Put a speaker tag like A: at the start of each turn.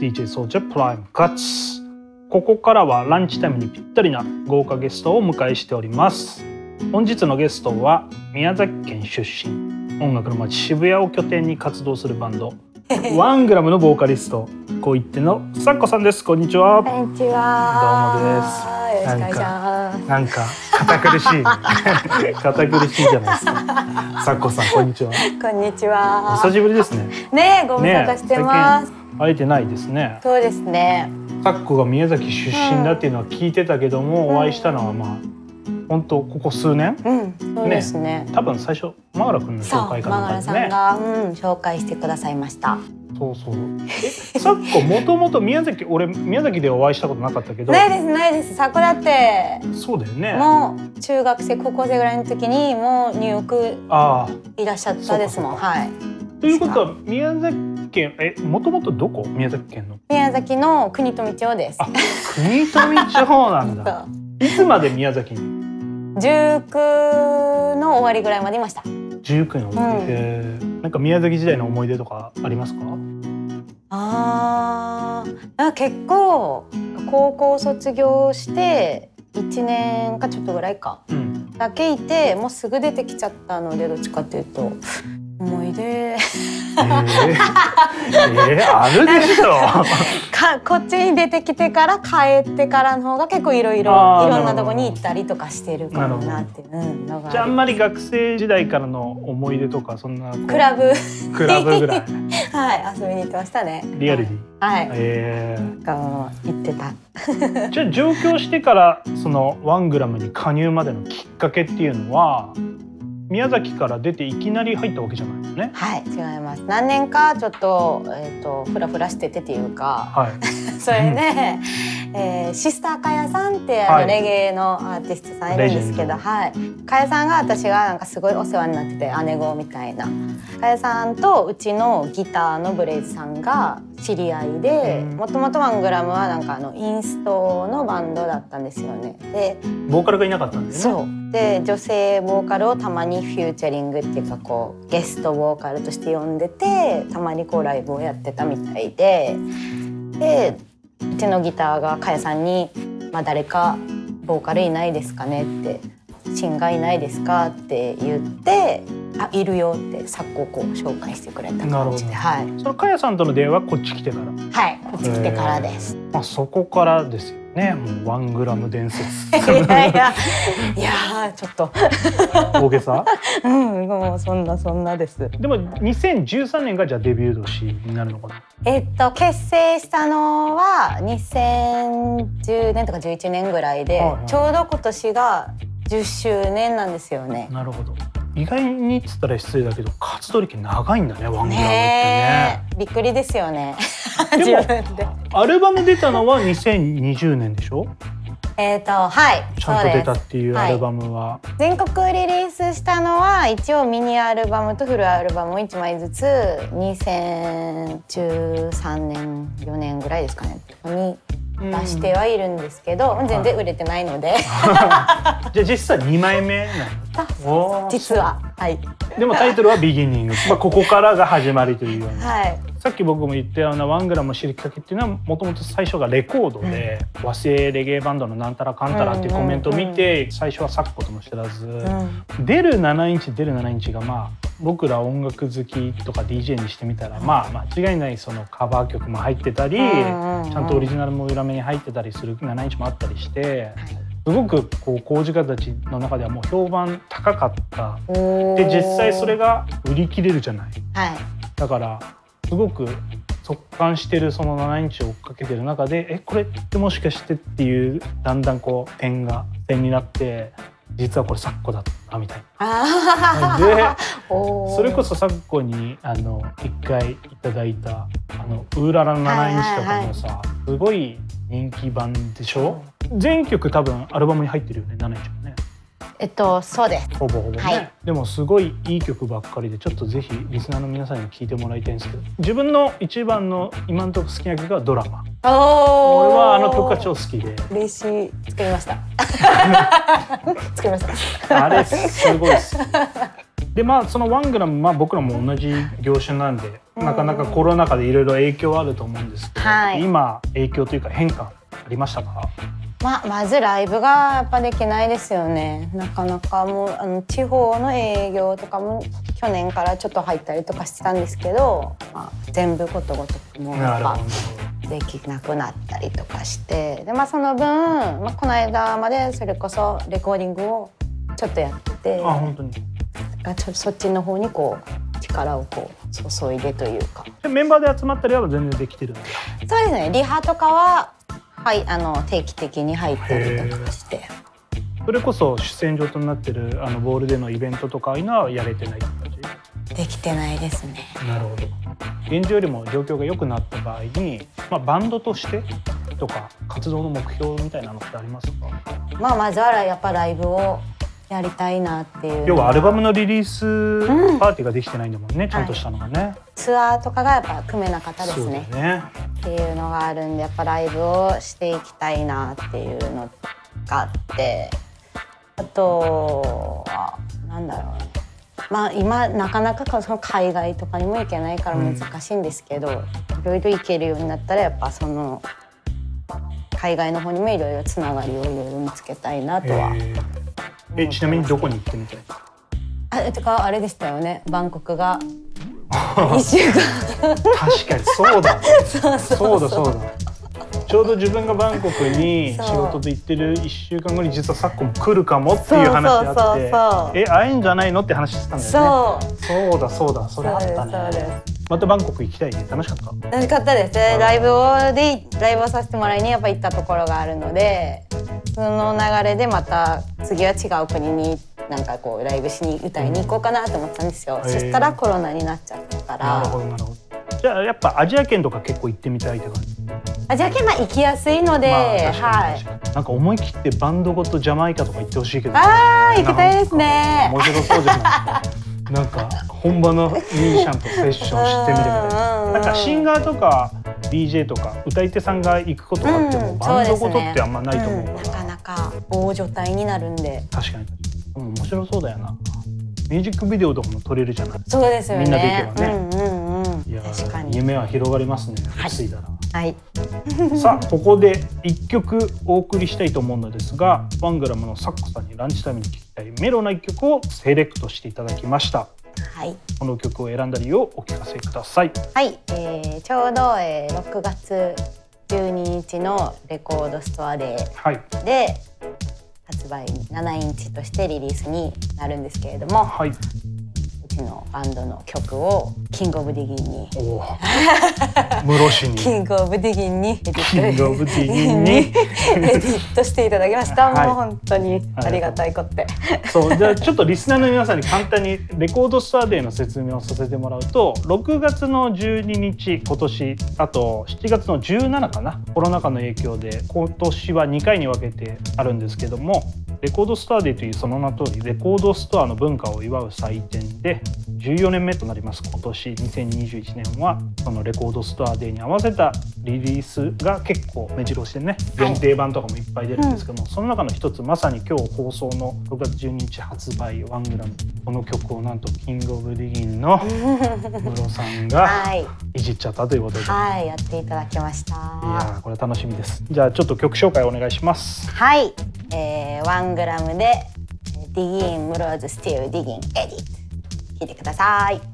A: DJ ソージャープライムガッツここからはランチタイムにぴったりな豪華ゲストをお迎えしております本日のゲストは宮崎県出身音楽の街渋谷を拠点に活動するバンドワングラムのボーカリストこう言ってのサッコさんですこんにちは
B: こんにちは。
A: どうもで
B: よろしくお願い
A: す
B: します。
A: なんか堅苦しいね堅苦しいじゃないですかサッコさんこんにちは
B: こん
A: お
B: にち
A: 久
B: は。
A: しぶりですね
B: ねえ、ご無沙
A: ね
B: 汰してま
A: 最
B: す。
A: 近会えてないですね
B: そうですね。
A: サッコが宮崎出身だっていうのは聞いてたけども、
B: うん
A: お会いしたのはまあ本当ここ数年
B: うん、そうですね。
A: 多分最初マガラ君の
B: そう、
A: 紹
B: マ
A: 介か
B: ガ
A: な
B: ラ
A: んか
B: さ
A: で
B: ん
A: ね
B: が、うん、紹介してくださいました。
A: そうそうえサッコもともと宮崎俺宮崎でお会いしたことなかったけど
B: ないです、ないです。桜って、
A: そうだよね
B: もう中学生、高校生ぐらいの時に、もうニューヨーク
A: ああ
B: いらっしゃったですもん。
A: そう
B: はい。
A: ということは宮崎県えもともとどこ宮崎県の
B: 宮崎の国富町です
A: あ。国富地方なん
B: そ
A: だ
B: う
A: いつまで宮崎に
B: 19の終わりぐらいまでいました。
A: 19の思い出、なんか宮崎時代の思い出とかありますか
B: あーあ結構高校卒業して1年かちょっとぐらいか
A: うん
B: だけいてもうすぐ出てきちゃったのでどっちかというと思い 出
A: えー、えー、あるでしょ
B: かこっちに出てきてから帰ってからの方が結構いろいろ
A: あー
B: いろん
A: な
B: な
A: る
B: と
A: ほど
B: こに行ったりとかしてるかもなってうんの
A: じゃあ
B: が
A: あんまり学生時代からの思い出とかそんなこう
B: クラブ
A: クラブぐ らい
B: はい遊びに行ってましたね
A: リアルに、
B: はい
A: えー
B: が行ってた
A: じゃあ上京してからそのワングラムに加入までのきっかけっていうのは宮崎から出ていきなり入ったわけじゃないのね
B: はい違います何年かちょっとえっ、とフラフラしててっていうか
A: はい
B: それで、えーシスターかやさんってあ
A: はい
B: のレゲエのアーティストさんいるんです
A: レ
B: けど、
A: ジェンド
B: はい、かやさんが私がなんかすごいお世話になってて姉御みたいなかやさんとうちのギターのブレイズさんが知り合いで
A: うん
B: もともとワングラムはなんかあのインストのバンドだったんですよね。で
A: ボーカルがいなかったんですね
B: そうで女性ボーカルをたまにフューチャリングっていうかこうゲストボーカルとして呼んでてたまにこうライブをやってたみたいででうちのギターがかやさんに「まあ、誰かボーカルいないですかね?」って「シンガーいないですか?」って言って「あいるよ」って作曲をこう紹介してくれた
A: なる
B: 感
A: ほ
B: じ
A: ど
B: ではい、
A: そのかやさんとの出会いはこっち来てから
B: はい、こっち来てからです。
A: まあ、そこからですよね。もうワングラム 伝説。
B: いやいやいやーちょっと、
A: 大げさ。
B: うん、もうそんなそんなです。
A: でも、2013年がじゃあデビュー年になるのかな。
B: えっと、結成したのは2010年とか11年ぐらいで、
A: はいはい
B: ちょうど今年が10周年なんですよね。
A: なるほど。意外にっつったら失礼だけど、活動歴長いんだね。ワングラムって
B: ね
A: ね。
B: え、びっくりですよね。
A: で
B: 自
A: も
B: 分で。
A: アルバム出たのは2020年でしょ。
B: えっと、はい、
A: ちゃんと出たっ
B: そうです。
A: ていうアルバムは。
B: 全国リリースしたのは一応ミニアルバムとフルアルバムを1枚ずつ2013年4年ぐらいですかねに出してはいるんですけど、全然売れてないので
A: じゃあ実際2枚目なの。おー
B: 実。ははい
A: でもタイトルはビギニング。まあ、ここからが始まりというような。
B: はい。
A: さっき僕も言ったようなワングラムを知るきっかけっていうのはもともと最初がレコードで、和製レゲエバンドのなんたらかんたらっていうコメントを見て、最初はサッコとも知らず、
B: うん
A: 出る7インチ出る7インチがまあ僕ら音楽好きとか DJ にしてみたらまあ間違いないそのカバー曲も入ってたり、
B: うんうんうん
A: ちゃんとオリジナルも裏目に入ってたりする7インチもあったりしてすごくこう工事家たちの中ではもう評判高かった。で実際それ
B: が、
A: が売り切れるじゃない。
B: はい、
A: だからすごく速感してるその7インチを追っかけてる中でえこれってもしかしてっていうだんだんこう点が点になって実はこれサッコだったみたい な。
B: あ
A: で
B: ーおー
A: それこそサッコにあの一回いただいたあのウーララの7インチとかもさ、すごい人気版でしょ全曲多分アルバムに入ってるよね7インチもね。
B: えっとそうです
A: ほぼほぼね、
B: はい
A: でもすごいいい曲ばっかりでちょっとぜひリスナーの皆さんに聞いてもらいたいんですけど自分の一番の今のところ好きな曲はドラマ
B: お
A: 俺
B: 俺
A: はあの曲が超好きで
B: 嬉しい作りました 作りました
A: あれすごいっすでまあそのワングラム、まあ、僕らも同じ業種なんで、なかなかコロナ禍でいろいろ影響はあると思うんですけど、
B: はい
A: 今影響というか変化ありましたか
B: ままずライブがやっぱできないですよねなかなかもうあの地方の営業とかも去年からちょっと入ったりとかしてたんですけど、まあ、全部ことごとくもうや
A: な
B: っ
A: るほ
B: ぱ
A: ど
B: できなくなったりとかしてで、まあ、その分、まあ、この間までそれこそレコーディングをちょっとやって
A: あ本当に
B: がちょそっちの方にこう力をこう注いでというか
A: でメンバーで集まったりは全然できてるんで
B: そうですねリハとかは、はい、あの定期的に入ったりとかして。
A: それこそ出演場となってるあのボールでのイベントとかいうのはやれてないって感じ
B: できてないですね。
A: なるほど現状よりも状況が良くなった場合に、まあ、バンドとしてとか活動の目標みたいなのってありますか
B: まあまずはやっぱライブをやりたいなっていう。
A: 要はアルバムのリリースパーティーができてないんだもんね、ちゃんとしたのがね、
B: ツアーとかがやっぱ組めなかったで
A: そ
B: す
A: うだ
B: ね
A: よ。ね
B: っていうのがあるんでやっぱライブをしていきたいなっていうのがあってあとはなんだろうねまあ今なかなかかその海外とかにも行けないから
A: うん
B: 難しいんですけど、いろいろ行けるようになったらやっぱその海外の方にもいろいろつながりをいろいろ見つけたいなとは。
A: えーえちなみにどこに行ってみたい
B: あてかあれでしたよねバンコク が一週間
A: 確かにそう だそうだそうだちょうど自分がバンコクに
B: そう
A: 仕事で行ってる1週間後に実は昨今来るかもっていう話があって
B: そうそうそうそう
A: え会えんじゃないのって話してたんだよね
B: そう
A: そうだそうだそれあっ
B: そ
A: た
B: うですそうです
A: ねまたバンコク行きたいね楽しかった
B: 楽しかったですねライブをでライブをさせてもらいにやっぱ行ったところがあるのでその流れでまた次は違う国になんかこうライブしに歌いに行こうかなと思ったんですよ、
A: へー
B: そしたらコロナになっちゃったか
A: なるほ
B: ら
A: どなるほどじゃあやっぱアジア圏とか結構行ってみたいって感じ
B: あじゃあまあ行きやすいので、は
A: 確か
B: い
A: に確かになんか思い切ってバンドごとジャマイカとか行ってほしいけど
B: あー行きたいですね
A: 面白そうじゃないなんか本場のミュージシャンとセッションしてみるみたい
B: うんう
A: な
B: んう
A: んなんかシンガーとか DJ とか歌い手さんが行くことがあっても、
B: うん
A: バンドご
B: そうです
A: と
B: ね
A: ってあんまないと思うから、
B: んなかなか大所帯になるんで
A: 確かにでも面白そうだよなミュージックビデオとかも撮れるじゃない
B: そうですよね
A: みんなで行けばね
B: うんうんうん
A: いやー
B: 確かに
A: 夢は広がりますねついだら、
B: はい
A: さあここで一曲お送りしたいと思うのですがワングラムのサッコさんにランチタイムに聞きたいメロな一曲をセレクトしていただきました
B: はい
A: この曲を選んだ理由をお聞かせください
B: はい、えーちょうど、えー6月12日のレコードストアデ
A: はい
B: ーで発売7インチとしてリリースになるんですけれども
A: はい。
B: うちのバンドの曲をキングオブディギンに
A: おお。 室氏に。
B: キングオブディギンにエディット
A: キングオブディギンに
B: エディットしていただきました、
A: はい
B: もう本当にありがたいことで
A: そう、じゃあ、ちょっとリスナーの皆さんに簡単にレコードスターデーの説明をさせてもらうと。6月の12日、今年、あと7月の17かな。コロナ禍の影響で、今年は2回に分けてあるんですけども。レコードスターデーというその名の通りレコードストアの文化を祝う祭典で14年目となります今年2021年はそのレコードストアデーに合わせたリリースが結構目白押しでね限定版とかもいっぱい出るんですけども、その中の一つまさに今日放送の6月12日発売「ワングラムこの曲をなんとキングオブディギ ンの室さんが
B: はい
A: いじっちゃったということで、
B: はいやっていただきました
A: いやーこれ楽しみですじゃあちょっと曲紹介お願いします
B: はい、えー、ワングラムでえーディギンムローズスティールディギンエディット聞いてください。